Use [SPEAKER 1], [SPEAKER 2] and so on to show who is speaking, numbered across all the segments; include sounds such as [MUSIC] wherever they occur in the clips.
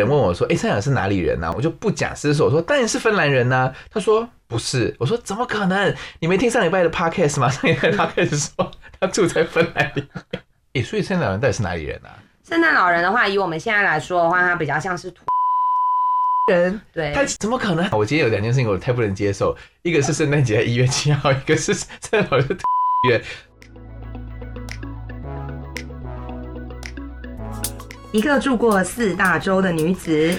[SPEAKER 1] 人问我说：“哎、欸，山雅是哪里人呢、啊？”我就不假思索说：“当然是芬兰人呐、啊。”他说：“不是。”我说：“怎么可能？你没听上礼拜的 podcast 吗？上礼拜 podcast 说他住在芬兰里面。欸”哎，所以圣诞老人到底是哪里人啊？
[SPEAKER 2] 圣诞老人的话，以我们现在来说的话，他比较像是土
[SPEAKER 1] 人。
[SPEAKER 2] 对，
[SPEAKER 1] 他怎么可能？我今天有两件事情我太不能接受，一个是圣诞节一月七号，一个是圣诞老人 [LAUGHS] 土人。
[SPEAKER 2] 一个住过四大洲的女子，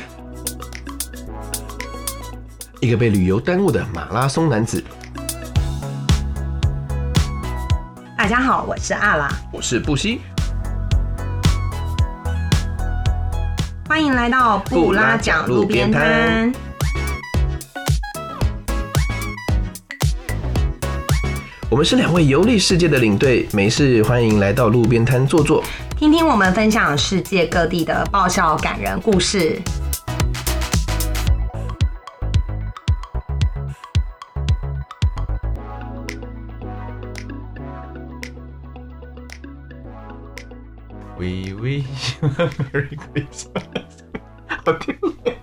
[SPEAKER 1] 一个被旅游耽误的马拉松男子。
[SPEAKER 2] 大家好，我是阿拉，
[SPEAKER 1] 我是布西，
[SPEAKER 2] 欢迎来到布拉讲路边摊。
[SPEAKER 1] 我们是两位游历世界的领队，没事欢迎来到路边摊坐坐。
[SPEAKER 2] 听听我们分享世界各地的爆笑感人故事。
[SPEAKER 1] We wish you a merry Christmas。好丢脸，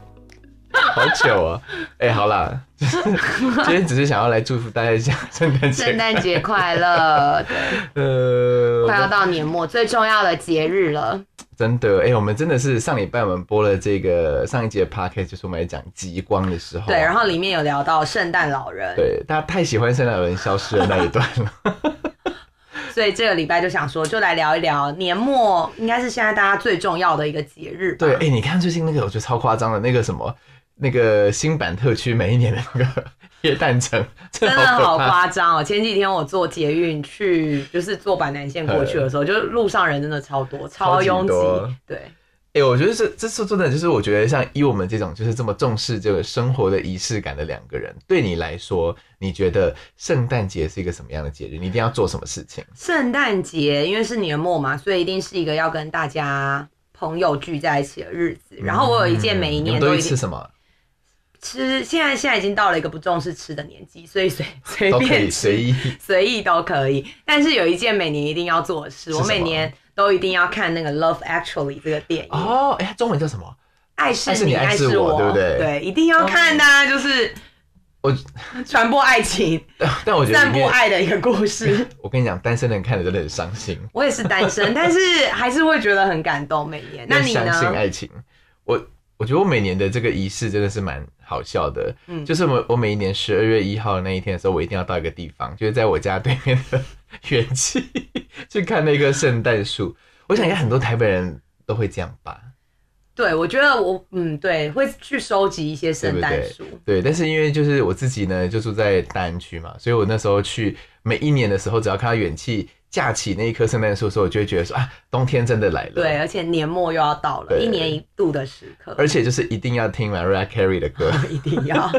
[SPEAKER 1] 好糗啊！哎、欸，好啦， [LAUGHS] 今天只是想要来祝福大家一下圣诞节，
[SPEAKER 2] 圣诞节快乐。对，呃，快要到年末最重要的节日了。
[SPEAKER 1] 真的，哎、欸，我们真的是上礼拜我们播了这个上一节 p o c a s t 就是我们来讲极光的时候、啊，
[SPEAKER 2] [LAUGHS] 对，然后里面有聊到圣诞老人，
[SPEAKER 1] 对，大家太喜欢圣诞老人消失的那一段
[SPEAKER 2] [LAUGHS]
[SPEAKER 1] 了。
[SPEAKER 2] 所以这个礼拜就想说，就来聊一聊年末，应该是现在大家最重要的一个节日。
[SPEAKER 1] 对，哎、欸，你看最近那个，我觉得超夸张的，那个什么，那个新版特区每一年的那个夜诞城，
[SPEAKER 2] 真的好夸张哦！前几天我坐捷运去，就是坐板南线过去的时候，就路上人真的超多，超拥挤。对，
[SPEAKER 1] 哎、欸，我觉得这这次真的就是我觉得像以我们这种就是这么重视这个生活的仪式感的两个人，对你来说。你觉得圣诞节是一个什么样的节日？你一定要做什么事情？
[SPEAKER 2] 圣诞节因为是年末嘛，所以一定是一个要跟大家朋友聚在一起的日子。然后我有一件每一年
[SPEAKER 1] 都、
[SPEAKER 2] 嗯、
[SPEAKER 1] 吃什么？
[SPEAKER 2] 吃现在现在已经到了一个不重视吃的年纪，所以随 [LAUGHS] 随便
[SPEAKER 1] 随意
[SPEAKER 2] 随意都可以。但是有一件每年一定要做的事，我每年都一定要看那个《Love Actually》这个电影。
[SPEAKER 1] 哦，哎、欸，中文叫什么？ [LAUGHS]
[SPEAKER 2] 爱
[SPEAKER 1] 是
[SPEAKER 2] 你，
[SPEAKER 1] 爱
[SPEAKER 2] 是
[SPEAKER 1] 我，对不对？哦
[SPEAKER 2] 对，一定要看的、啊，就是。
[SPEAKER 1] 我
[SPEAKER 2] [LAUGHS] 传播爱情，
[SPEAKER 1] 但我觉得
[SPEAKER 2] 散播爱的一个
[SPEAKER 1] [LAUGHS]
[SPEAKER 2] 故事。
[SPEAKER 1] 我跟你讲，单身人看了真的很伤心。
[SPEAKER 2] 我也是单身，但是还是会觉得很感动。每年，那你
[SPEAKER 1] 呢？相信哎爱情，我我觉得我每年的这个仪式真的是蛮好笑的。嗯，就是我我每一年十二月一号那一天的时候，我一定要到一个地方，就是在我家对面的 [LAUGHS] 园区去看那个圣诞树。我想应该很多台北人都会这样吧。
[SPEAKER 2] 对，我觉得我嗯，对，会去收集一些圣诞树。
[SPEAKER 1] 对，但是因为就是我自己呢，就住在大安区嘛，所以我那时候去每一年的时候，只要看到远气架起那一棵圣诞树的时候，我就会觉得说啊，冬天真的来了。
[SPEAKER 2] 对，而且年末又要到了，一年一度的时刻。
[SPEAKER 1] 而且就是一定要听 Mariah Carey 的歌，
[SPEAKER 2] 一定
[SPEAKER 1] [LAUGHS]
[SPEAKER 2] 要。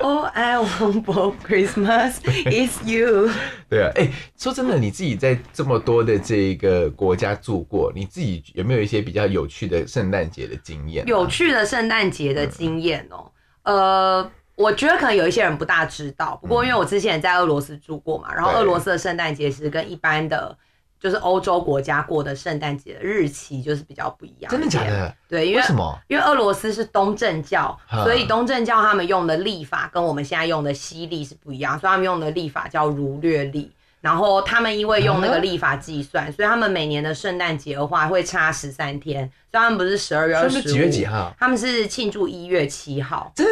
[SPEAKER 2] All I want for Christmas is you。
[SPEAKER 1] 对啊，哎、欸，说真的，你自己在这么多的这个国家住过，你自己有没有一些比较有趣的圣诞节的经验、啊？
[SPEAKER 2] 有趣的圣诞节
[SPEAKER 1] 嗯
[SPEAKER 2] 的经验哦、喔，嗯、呃，我觉得可能有一些人不大知道，
[SPEAKER 1] 嗯
[SPEAKER 2] 不过因为我之前在俄罗斯住过嘛，然后俄罗斯的圣诞节其实跟一般的。就是欧洲国家过的圣诞节的日期就是比较不一样，
[SPEAKER 1] 真的假的？
[SPEAKER 2] 对，因为
[SPEAKER 1] 什么？
[SPEAKER 2] 因为俄罗斯是东正教，所以东正教他们用的历法跟我们现在用的西历是不一样，所以他们用的历法叫儒略历。然后他们因为用那
[SPEAKER 1] 啊
[SPEAKER 2] 个历法计算，所以他们每年的圣诞节的话会差十三天，所以他们不是十二月二十
[SPEAKER 1] 五，几月几号？
[SPEAKER 2] 他们是庆祝一月七号。
[SPEAKER 1] 这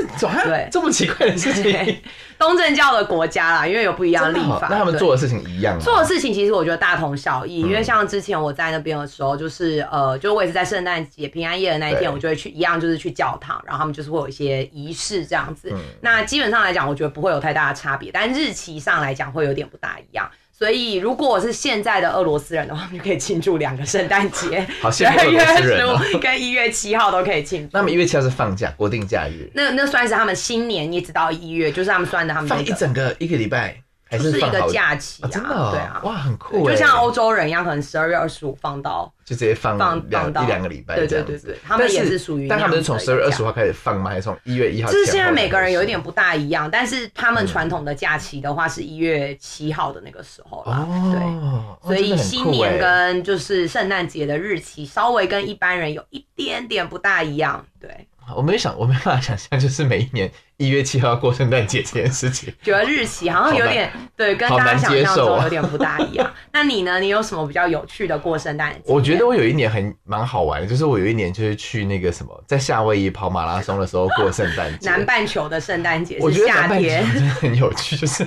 [SPEAKER 1] 对这么奇怪的事情，
[SPEAKER 2] 东正教的国家啦，因为有不一样的历法，
[SPEAKER 1] 那他们做的事情一样吗？
[SPEAKER 2] 做的事情其实我觉得大同小
[SPEAKER 1] 嗯
[SPEAKER 2] 异，因为像之前我在那边的时候，就是呃，就我也是在圣诞节平安夜的那一天，我就会去一样就是去教堂，然后他们就是会有一些仪式这样
[SPEAKER 1] 嗯
[SPEAKER 2] 子。那基本上来讲，我觉得不会有太大的差别，但日期上来讲会有点不大一样。所以，如果我是现在的俄罗斯人的话，就可以庆祝两个圣
[SPEAKER 1] [LAUGHS]
[SPEAKER 2] 诞节，
[SPEAKER 1] 十二
[SPEAKER 2] [LAUGHS] 月十
[SPEAKER 1] 五
[SPEAKER 2] 跟一月七号都可以庆祝。
[SPEAKER 1] 啊那么一月七号是放假，国定假日。
[SPEAKER 2] 那那算是他们新年一直到一月，就是他们算的他们、那
[SPEAKER 1] 個、放一整个一个礼拜。还
[SPEAKER 2] 就是一
[SPEAKER 1] 放
[SPEAKER 2] 个
[SPEAKER 1] 好
[SPEAKER 2] 假期
[SPEAKER 1] 啊，真的、哦，
[SPEAKER 2] 对啊，
[SPEAKER 1] 哇，很酷
[SPEAKER 2] 对
[SPEAKER 1] 哎，
[SPEAKER 2] 就像欧洲人一样，可能十二月二十五放到，
[SPEAKER 1] 就直接放
[SPEAKER 2] 放
[SPEAKER 1] 两
[SPEAKER 2] 放到
[SPEAKER 1] 一两个礼拜
[SPEAKER 2] 对
[SPEAKER 1] 这
[SPEAKER 2] 对
[SPEAKER 1] 样子
[SPEAKER 2] 对。对，他们也是属于那
[SPEAKER 1] 但
[SPEAKER 2] 样
[SPEAKER 1] 他
[SPEAKER 2] 子
[SPEAKER 1] 们
[SPEAKER 2] 的
[SPEAKER 1] 是
[SPEAKER 2] 一个假。
[SPEAKER 1] 从十二月二十五号开始放吗？还是从一月一号？
[SPEAKER 2] 就是现在每个人有一点不大一样，但是他
[SPEAKER 1] 嗯
[SPEAKER 2] 们传统的假期的话是一月七号的那个时候啦，对。
[SPEAKER 1] 哦，
[SPEAKER 2] 所以新年
[SPEAKER 1] 跟
[SPEAKER 2] 跟就是圣诞节的日期稍微跟一般人有一点点不大一样，对，
[SPEAKER 1] 我没有想，我没办法想象，就是每一年一月七号过圣诞节这件事情。
[SPEAKER 2] 觉得日期好像有点对，跟
[SPEAKER 1] 好
[SPEAKER 2] 大家
[SPEAKER 1] 难
[SPEAKER 2] 想
[SPEAKER 1] 接
[SPEAKER 2] 象
[SPEAKER 1] 受
[SPEAKER 2] 中
[SPEAKER 1] 啊
[SPEAKER 2] 有点不大一样。那你呢？你有什么比较有趣的过圣诞节？
[SPEAKER 1] 我觉得我有一年很蛮好玩的，就是我有一年就是去那个什么，在夏威夷跑马拉松的时候过圣诞节。
[SPEAKER 2] 南半球的圣诞节
[SPEAKER 1] 我觉
[SPEAKER 2] 是
[SPEAKER 1] 得
[SPEAKER 2] 夏
[SPEAKER 1] 南半球
[SPEAKER 2] 天，
[SPEAKER 1] 真的很有趣，就是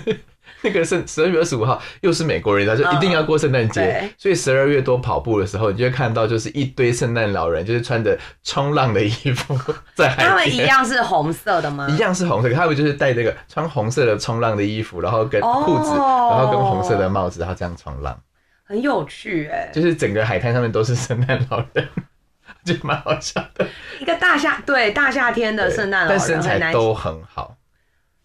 [SPEAKER 1] 那个圣十二月二十五号又是美国人，他就一定要过圣诞
[SPEAKER 2] 嗯
[SPEAKER 1] 节
[SPEAKER 2] 对，
[SPEAKER 1] 所以十二月多跑步的时候，你就会看到就是一堆圣诞老人，就是穿着冲浪的衣服 [LAUGHS] 在海边。
[SPEAKER 2] [LAUGHS] 他们一样是红色的吗？
[SPEAKER 1] 一样是红色，可他们就是戴那个穿红色的冲浪的衣服，然后跟
[SPEAKER 2] 哦
[SPEAKER 1] 裤子，然后跟红色的帽子，然后这样冲浪，
[SPEAKER 2] 很有趣哎、
[SPEAKER 1] 就是整个海滩上面都是圣诞老人， [LAUGHS] 就蛮好笑的。
[SPEAKER 2] 一个大夏对大夏天的 [LAUGHS] 圣诞老
[SPEAKER 1] 但
[SPEAKER 2] 人
[SPEAKER 1] 身
[SPEAKER 2] 很
[SPEAKER 1] 材
[SPEAKER 2] 难，
[SPEAKER 1] 都很好，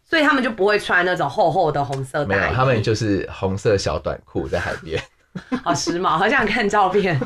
[SPEAKER 2] 所以他们就不会穿那种厚厚的红色
[SPEAKER 1] 没有
[SPEAKER 2] 大，衣，
[SPEAKER 1] 他们就是红色小短裤在海边。 [LAUGHS]
[SPEAKER 2] 好时髦，好想看照片。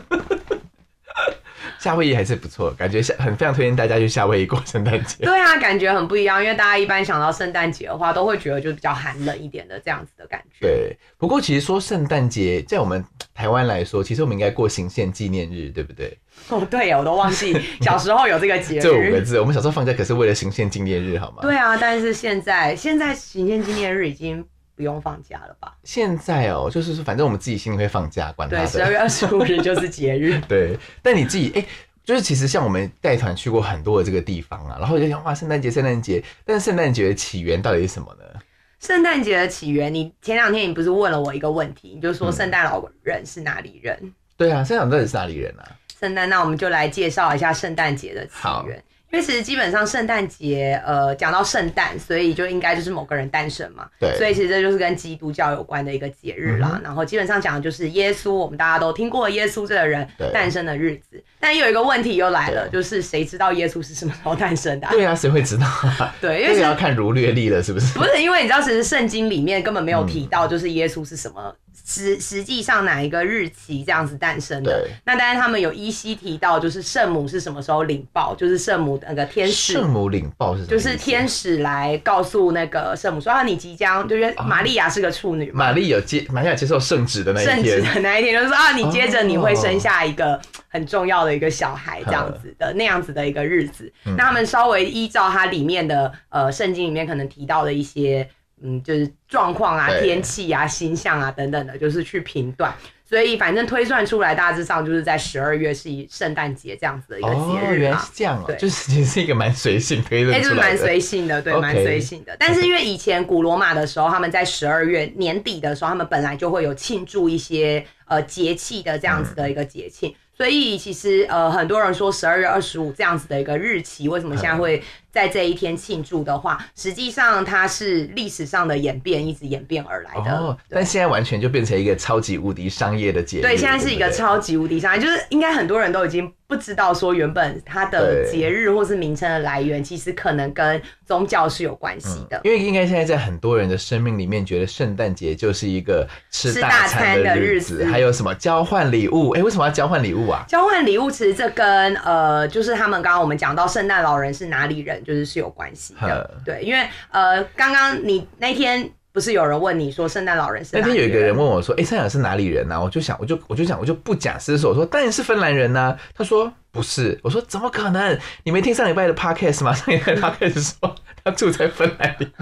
[SPEAKER 1] 夏威夷还是不错，感觉夏很非常推荐大家去夏威夷过圣诞
[SPEAKER 2] [LAUGHS]
[SPEAKER 1] 节。
[SPEAKER 2] 对啊，感觉很不一样，因为大家一般想到圣诞节的话，都会觉得就是比较寒冷一点的这样子的感觉。
[SPEAKER 1] 对，不过其实说圣诞节，在我们台湾来说，其实我们应该过行宪纪念日，对不对？
[SPEAKER 2] 哦，对耶，我都忘
[SPEAKER 1] [LAUGHS]
[SPEAKER 2] 记小时候有这个节
[SPEAKER 1] 这五个
[SPEAKER 2] 日。
[SPEAKER 1] 字，我们小时候放假可是为了行宪纪念日，好吗？
[SPEAKER 2] 对啊，但是现在现在行宪纪念日已经不用放假了吧？
[SPEAKER 1] 现在哦，就是说，反正我们自己心里会放假，管他
[SPEAKER 2] 对，十二
[SPEAKER 1] 的。
[SPEAKER 2] 月二十五日就是节日。
[SPEAKER 1] [LAUGHS] 对，但你自己哎、就是其实像我们带团去过很多的这个地方啊，然后就想哇，圣诞节，圣诞节，但是圣诞节的起源到底是什么呢？
[SPEAKER 2] 圣诞节的起源，你前两天你不是问了我一个问题，你就
[SPEAKER 1] 嗯
[SPEAKER 2] 说圣诞老人是哪里人？
[SPEAKER 1] 对啊，圣诞到底是哪里人啊？
[SPEAKER 2] 圣诞，那我们就来介绍一下圣诞节的起
[SPEAKER 1] 好
[SPEAKER 2] 源。因为其实基本上圣诞节，呃，讲到圣诞，所以就应该就是某个人诞生嘛。
[SPEAKER 1] 对嗯
[SPEAKER 2] 所以其实这就是跟基督教有关的一个节日啦。然后基本上讲的就是耶稣，我们大家都听过耶稣这个人
[SPEAKER 1] 对
[SPEAKER 2] 诞生的日子。但又有一个问题又来了，就是谁知道耶稣是什么时候诞生的啊、
[SPEAKER 1] 对啊，谁会知道啊？
[SPEAKER 2] [LAUGHS] 对，因
[SPEAKER 1] 这个
[SPEAKER 2] 为是
[SPEAKER 1] 要看儒略历了，是不是？
[SPEAKER 2] 不是因为你知道，其实圣经里面根本没有提到，就是耶稣是什么实实际上哪一个日期这样子诞生的
[SPEAKER 1] 对。
[SPEAKER 2] 那当然他们有依稀提到，就是圣母是什么时候领报，就是圣母那个天使。
[SPEAKER 1] 圣母领报是什么
[SPEAKER 2] 就
[SPEAKER 1] 意思？
[SPEAKER 2] 是天使来告诉那个圣母说啊，你即将就是因为玛利亚是个处女嘛，
[SPEAKER 1] 玛丽有接玛利亚接受圣旨的那
[SPEAKER 2] 圣
[SPEAKER 1] 一
[SPEAKER 2] 旨
[SPEAKER 1] 天，哦
[SPEAKER 2] 的那一天，就是说啊，你接着你会生下一个很重要的一个小孩，这样子的那样子的一个日子。
[SPEAKER 1] 嗯
[SPEAKER 2] 那他们稍微依照它里面的呃圣经里面可能提到的一些嗯，就是状况啊、
[SPEAKER 1] 对
[SPEAKER 2] 天气啊、星象啊等等的，就是去评断。所以反正推算出来，大致上就是在十二月是一圣诞节这样子的一个
[SPEAKER 1] 哦，
[SPEAKER 2] 节日
[SPEAKER 1] 原来
[SPEAKER 2] 啊
[SPEAKER 1] 是。这样哦、
[SPEAKER 2] 对
[SPEAKER 1] 就是其实是一个蛮随性推
[SPEAKER 2] 哎、
[SPEAKER 1] 论
[SPEAKER 2] 就
[SPEAKER 1] 出
[SPEAKER 2] 是
[SPEAKER 1] 来
[SPEAKER 2] 蛮
[SPEAKER 1] 的。
[SPEAKER 2] 随性的，对，
[SPEAKER 1] OK
[SPEAKER 2] 蛮随性的。但是因为以前古罗马的时候，他们在十二月年底的时候，他们本来就会有庆祝一些呃节气的这样子的
[SPEAKER 1] 嗯
[SPEAKER 2] 一个节庆，所以其实呃很多人说十二月二十五这样子的一个日期，为什么现
[SPEAKER 1] 嗯
[SPEAKER 2] 在会在这一天庆祝的话，实际上它是历史上的演变，一直演变而来的。
[SPEAKER 1] 哦，
[SPEAKER 2] 对
[SPEAKER 1] 但现在完全就变成一个超级无敌商业的节日。
[SPEAKER 2] 对，现在是一个
[SPEAKER 1] 不对
[SPEAKER 2] 超级无敌伤害，就是应该很多人都已经不知道说原本它的
[SPEAKER 1] 对
[SPEAKER 2] 节日或是名称的来源，其实可能跟宗教是有关系的。
[SPEAKER 1] 因为应该现在在很多人的生命里面，觉得圣诞节就是一个吃
[SPEAKER 2] 吃
[SPEAKER 1] 大餐
[SPEAKER 2] 大餐
[SPEAKER 1] 的
[SPEAKER 2] 的
[SPEAKER 1] 日
[SPEAKER 2] 日
[SPEAKER 1] 子，
[SPEAKER 2] 子
[SPEAKER 1] 还有什么交换礼物？哎、为什么要交换礼物啊？
[SPEAKER 2] 交换礼物，其实这跟呃，就是他们刚刚我们讲到圣诞老人是哪里人，就是是有关系的
[SPEAKER 1] 呵。
[SPEAKER 2] 对，因为呃，刚刚你那天不是有人问你说圣诞老人是
[SPEAKER 1] 那
[SPEAKER 2] 哪
[SPEAKER 1] 天
[SPEAKER 2] 里
[SPEAKER 1] 有一个人问我说：“哎、圣诞老人是哪里人啊？”我就想，我就我就想，我就不假思索说：“当然是芬兰人呐、他说：“不是。”我说：“怎么可能？你没听上礼拜的 podcast 吗？上礼
[SPEAKER 2] 嗯
[SPEAKER 1] 拜的 podcast 说他住在芬兰里。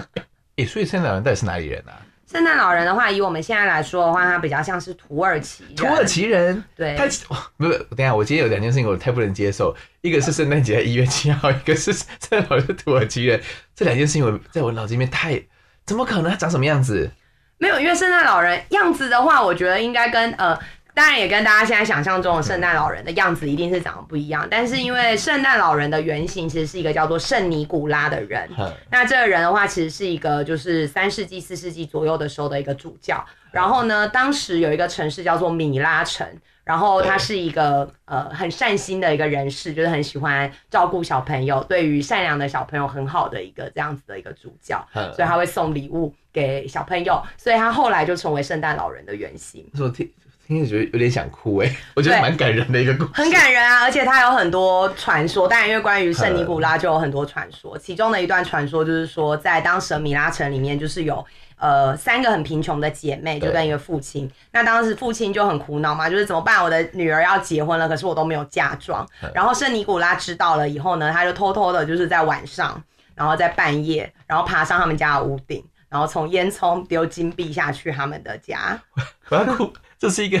[SPEAKER 1] 哎、所以圣诞老人到底是哪里人啊？
[SPEAKER 2] 圣诞老人的话，以我们现在来说的话，他比较像是土耳其人。
[SPEAKER 1] 土耳其人。
[SPEAKER 2] 对，
[SPEAKER 1] 他哇没有，哦等一下，我今天有两件事情我太不能接受，一个是圣诞节一月七号，一个是圣诞老人是土耳其人，这两件事情我在我脑子里面太，怎么可能？他长什么样子？
[SPEAKER 2] 没有，因为圣诞老人样子的话，我觉得应该跟呃，当然也跟大家现在想象中的圣诞老人的样子一定是长得不一样。但是因为圣诞老人的原型其实是一个叫做圣尼古拉的人
[SPEAKER 1] 嗯，
[SPEAKER 2] 那这个人的话其实是一个就是三世纪、四世纪左右的时候的一个主教。然后呢，当时有一个城市叫做米拉城。然后他
[SPEAKER 1] 对
[SPEAKER 2] 是一个呃很善心的一个人士，就是很喜欢照顾小朋友，对于善良的小朋友很好的一个这样子的一个主教。
[SPEAKER 1] 嗯
[SPEAKER 2] 所以他会送礼物给小朋友，所以他后来就成为圣诞老人的原型。
[SPEAKER 1] 我听听着觉得有点想哭哎、我觉得蛮感人的一个故事。
[SPEAKER 2] 很感人啊！而且它有很多传说，当然因为关于圣尼古拉就有很多传说，其中的一段传说就是说，在当时的米拉城里面，就是有呃三个很贫穷的姐妹，就
[SPEAKER 1] 对
[SPEAKER 2] 跟一个父亲。那当时父亲就很苦恼嘛，就是怎么办？我的女儿要结婚了，可是我都没有嫁妆。然后圣尼古拉知道了以后呢，他就偷偷的，就是在晚上，然后在半夜，然后爬上他们家的屋顶。然后从烟囱丢金币下去他们的家，
[SPEAKER 1] 我要
[SPEAKER 2] [LAUGHS]
[SPEAKER 1] 哭，这是一个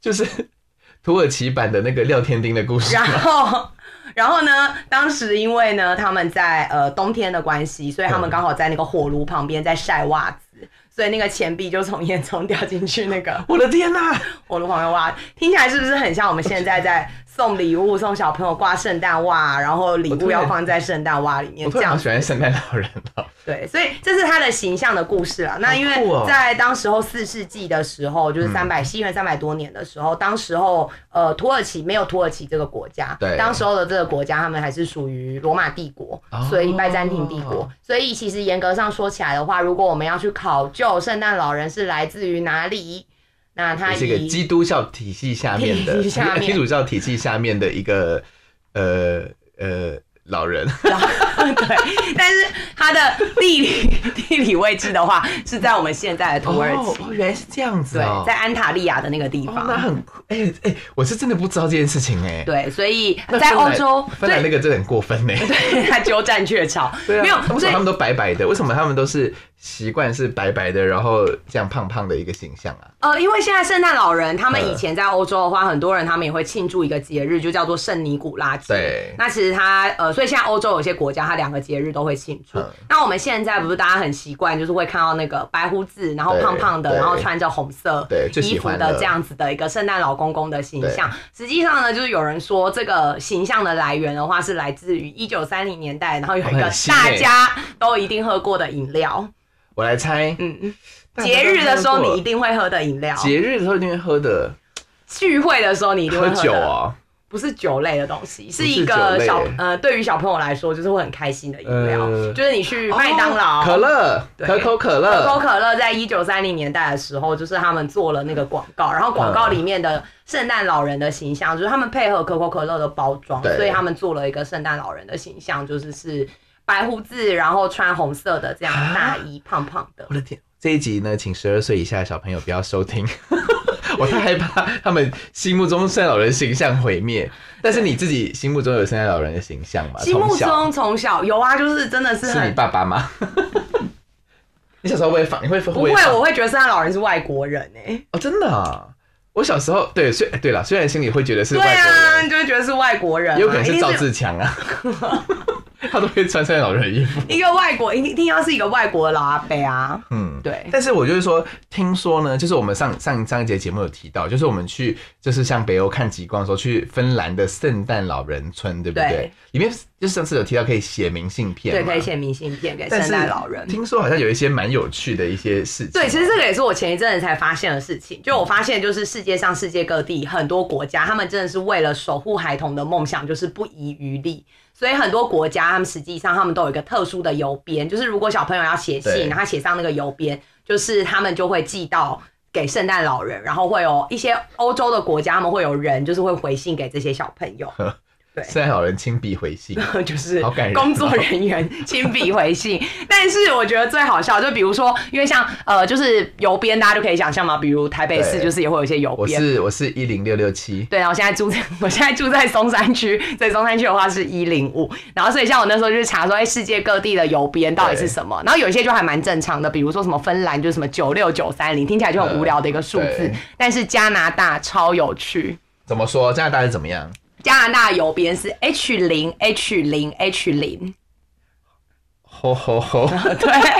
[SPEAKER 1] 就是土耳其版的那个廖天丁的故事
[SPEAKER 2] 然
[SPEAKER 1] 吗？
[SPEAKER 2] 后， [LAUGHS] 然后呢？当时因为呢，他们在呃冬天的关系，所以他
[SPEAKER 1] 嗯
[SPEAKER 2] 们刚好在那个火炉旁边在晒袜子，所以那个钱币就从烟囱掉进去那个
[SPEAKER 1] 我的天呐、
[SPEAKER 2] 火炉旁边袜。听起来是不是很像我们现在在送礼物、送小朋友挂圣诞袜，然后礼
[SPEAKER 1] 我突
[SPEAKER 2] 物
[SPEAKER 1] 然
[SPEAKER 2] 要放在圣诞袜里
[SPEAKER 1] 哦
[SPEAKER 2] 面
[SPEAKER 1] 我突
[SPEAKER 2] 这
[SPEAKER 1] 然
[SPEAKER 2] 样
[SPEAKER 1] 好
[SPEAKER 2] 子
[SPEAKER 1] 喜欢圣诞老人哦、
[SPEAKER 2] 对，所以这是他的形象的故事啦。那因
[SPEAKER 1] 好酷
[SPEAKER 2] 为
[SPEAKER 1] 哦嗯
[SPEAKER 2] 在当时候四世纪的时候，就是三百西元三百多年的时候，当时候呃土耳其没有土耳其这个国家，
[SPEAKER 1] 对
[SPEAKER 2] 当时候的这个国家他们还是属于罗马帝国，
[SPEAKER 1] 哦
[SPEAKER 2] 所以拜占庭帝国。所以其实严格上说起来的话，如果我们要去考究圣诞老人是来自于哪里，那他
[SPEAKER 1] 也是一个
[SPEAKER 2] 以
[SPEAKER 1] 基督教体系下面的
[SPEAKER 2] 体系下面
[SPEAKER 1] [LAUGHS] 基督教体系下面的一个呃呃老人，
[SPEAKER 2] [LAUGHS] 对，但是它的地理地理位置的话，是在我们现在的土耳其。
[SPEAKER 1] 哦，原来是这样子
[SPEAKER 2] 对
[SPEAKER 1] 哦，，
[SPEAKER 2] 在安塔利亚的那个地
[SPEAKER 1] 哦，
[SPEAKER 2] 方，
[SPEAKER 1] 那很酷哎哎、我是真的不知道这件事情哎、
[SPEAKER 2] 对，所以
[SPEAKER 1] 那
[SPEAKER 2] 在
[SPEAKER 1] 芬
[SPEAKER 2] 欧
[SPEAKER 1] 兰
[SPEAKER 2] 洲，
[SPEAKER 1] 芬
[SPEAKER 2] [LAUGHS]
[SPEAKER 1] 兰那个真的很过分呢、
[SPEAKER 2] 对他鸠占鹊巢，
[SPEAKER 1] [LAUGHS] 对啊，
[SPEAKER 2] 没有
[SPEAKER 1] 为什
[SPEAKER 2] 所
[SPEAKER 1] 么
[SPEAKER 2] 以
[SPEAKER 1] 他们都白白的？为什么他们都是习惯是白白的，然后这样胖胖的一个形象啊？
[SPEAKER 2] 呃，因为现在圣诞老人他们
[SPEAKER 1] 嗯
[SPEAKER 2] 以前在欧洲的话，很多人他们也会庆祝一个节日，就叫做圣尼古拉节。
[SPEAKER 1] 对
[SPEAKER 2] 那其实它呃，所以现在欧洲有些国家它两个节日都会庆祝
[SPEAKER 1] 嗯。
[SPEAKER 2] 那我们现在不是大家很习惯，就是会看到那个白胡子，然后
[SPEAKER 1] 对
[SPEAKER 2] 胖胖的，
[SPEAKER 1] 对
[SPEAKER 2] 然后穿着红色
[SPEAKER 1] 对最
[SPEAKER 2] 衣
[SPEAKER 1] 喜
[SPEAKER 2] 服
[SPEAKER 1] 欢
[SPEAKER 2] 的
[SPEAKER 1] 了
[SPEAKER 2] 这样子的一个圣诞老公公的形象。实际上呢，就是有人说这个形象的来源的话，是来自于一九三零年代，然后有一
[SPEAKER 1] 哦
[SPEAKER 2] 个
[SPEAKER 1] 很新
[SPEAKER 2] 大
[SPEAKER 1] 欸
[SPEAKER 2] 家都一定喝过的饮料，
[SPEAKER 1] 我来猜，
[SPEAKER 2] 嗯。
[SPEAKER 1] 大家
[SPEAKER 2] 节日的时候你一
[SPEAKER 1] 都
[SPEAKER 2] 定会喝的饮料
[SPEAKER 1] 喝过，节日的时候一定会喝的，
[SPEAKER 2] 聚会的时候你一定会
[SPEAKER 1] 喝
[SPEAKER 2] 喝的
[SPEAKER 1] 酒，哦，
[SPEAKER 2] 不是酒类的东西，是
[SPEAKER 1] 是
[SPEAKER 2] 一个
[SPEAKER 1] 酒类
[SPEAKER 2] 小呃，对于小朋友来说就是会很开心的饮料，
[SPEAKER 1] 呃
[SPEAKER 2] 就是你去麦当劳、
[SPEAKER 1] 可乐、
[SPEAKER 2] 对
[SPEAKER 1] 可口可
[SPEAKER 2] 可口
[SPEAKER 1] 乐，
[SPEAKER 2] 可乐在一九三零年代的时候，就是他们做了那个广告，然后广告里面的圣诞老人的形象，就是他们配合可口可乐的包装，
[SPEAKER 1] 对
[SPEAKER 2] 所以他们做了一个圣诞老人的形象，就是是白胡子，然后穿红色的这样的大衣，胖胖的。
[SPEAKER 1] 我的天！这一集呢，请十二岁以下的小朋友不要收听， [LAUGHS] 我太害怕他们心目中圣诞老人形象毁灭。但是你自己心目中有圣诞老人的形象吗？
[SPEAKER 2] 心目
[SPEAKER 1] 从小
[SPEAKER 2] 中从小有啊，就是真的是
[SPEAKER 1] 是
[SPEAKER 2] 很
[SPEAKER 1] 你爸爸吗？ [LAUGHS] 你小时候会放？你会
[SPEAKER 2] 不
[SPEAKER 1] 不
[SPEAKER 2] 会，我
[SPEAKER 1] 会
[SPEAKER 2] 会觉得圣诞老人是外国人哎、
[SPEAKER 1] 哦，真的、啊。我小时候对，虽对了，虽然心里会觉得是
[SPEAKER 2] 对
[SPEAKER 1] 外国
[SPEAKER 2] 啊，
[SPEAKER 1] 人，
[SPEAKER 2] 你就会觉得是外国人、啊，
[SPEAKER 1] 也有可能
[SPEAKER 2] 一
[SPEAKER 1] 是
[SPEAKER 2] 定
[SPEAKER 1] 赵自强啊， [LAUGHS] 他都会穿圣诞老人的衣服。
[SPEAKER 2] 一个外国，一定要是一个外国的老阿伯啊。
[SPEAKER 1] 嗯，
[SPEAKER 2] 对，
[SPEAKER 1] 但是我就是说，听说呢，就是我们上上上一节节目有提到，就是我们去就是像北欧看极光的时候，去芬兰的圣诞老人村，对不对？
[SPEAKER 2] 对
[SPEAKER 1] 里面就是上次有提到可以写明信片
[SPEAKER 2] 对，
[SPEAKER 1] 嘛，
[SPEAKER 2] 可以写明信片给
[SPEAKER 1] 但
[SPEAKER 2] 圣
[SPEAKER 1] 是
[SPEAKER 2] 诞老人。
[SPEAKER 1] 听说好像有一些蛮有趣的一些事情。啊
[SPEAKER 2] 对，其实这个也是我前一阵子才发现的事情。就我发现，就是世界上世界各地很多国家，他们真的是为了守护孩童的梦想，就是不遗余力。所以很多国家，他们实际上他们都有一个特殊的邮编，就是如果小朋友要写信，
[SPEAKER 1] 对
[SPEAKER 2] 他写上那个邮编，就是他们就会寄到。给圣诞老人，然后会有一些欧洲的国家，他们会有人就是会回信给这些小朋友，对
[SPEAKER 1] 圣诞老人亲笔回
[SPEAKER 2] [LAUGHS]
[SPEAKER 1] 信，
[SPEAKER 2] 就是
[SPEAKER 1] 好感人哦
[SPEAKER 2] 工作人员 [LAUGHS] 亲笔回信。但是我觉得最好笑，就比如说，因为像呃，就是邮编，大家就可以想象嘛，比如台北市
[SPEAKER 1] 对
[SPEAKER 2] 就是也会有一些邮
[SPEAKER 1] 我
[SPEAKER 2] 编。
[SPEAKER 1] 是我是一零六六七，
[SPEAKER 2] 对，然后我现在住在 [LAUGHS] 我现在住在松山区，所以松山区的话是一零五。然后所以像我那时候就是查说，哎、世界各地的邮编到底是什么？然后有一些就还蛮正常的，比如说什么芬兰就是什么九六九三零，听起来就很无聊的一个数字
[SPEAKER 1] 对。
[SPEAKER 2] 但是加拿大超有趣，
[SPEAKER 1] 怎么说？加拿大是怎么样？
[SPEAKER 2] 加拿大邮编是 H 零 H 零 H 零。 [LAUGHS]
[SPEAKER 1] 吼吼吼！
[SPEAKER 2] 对，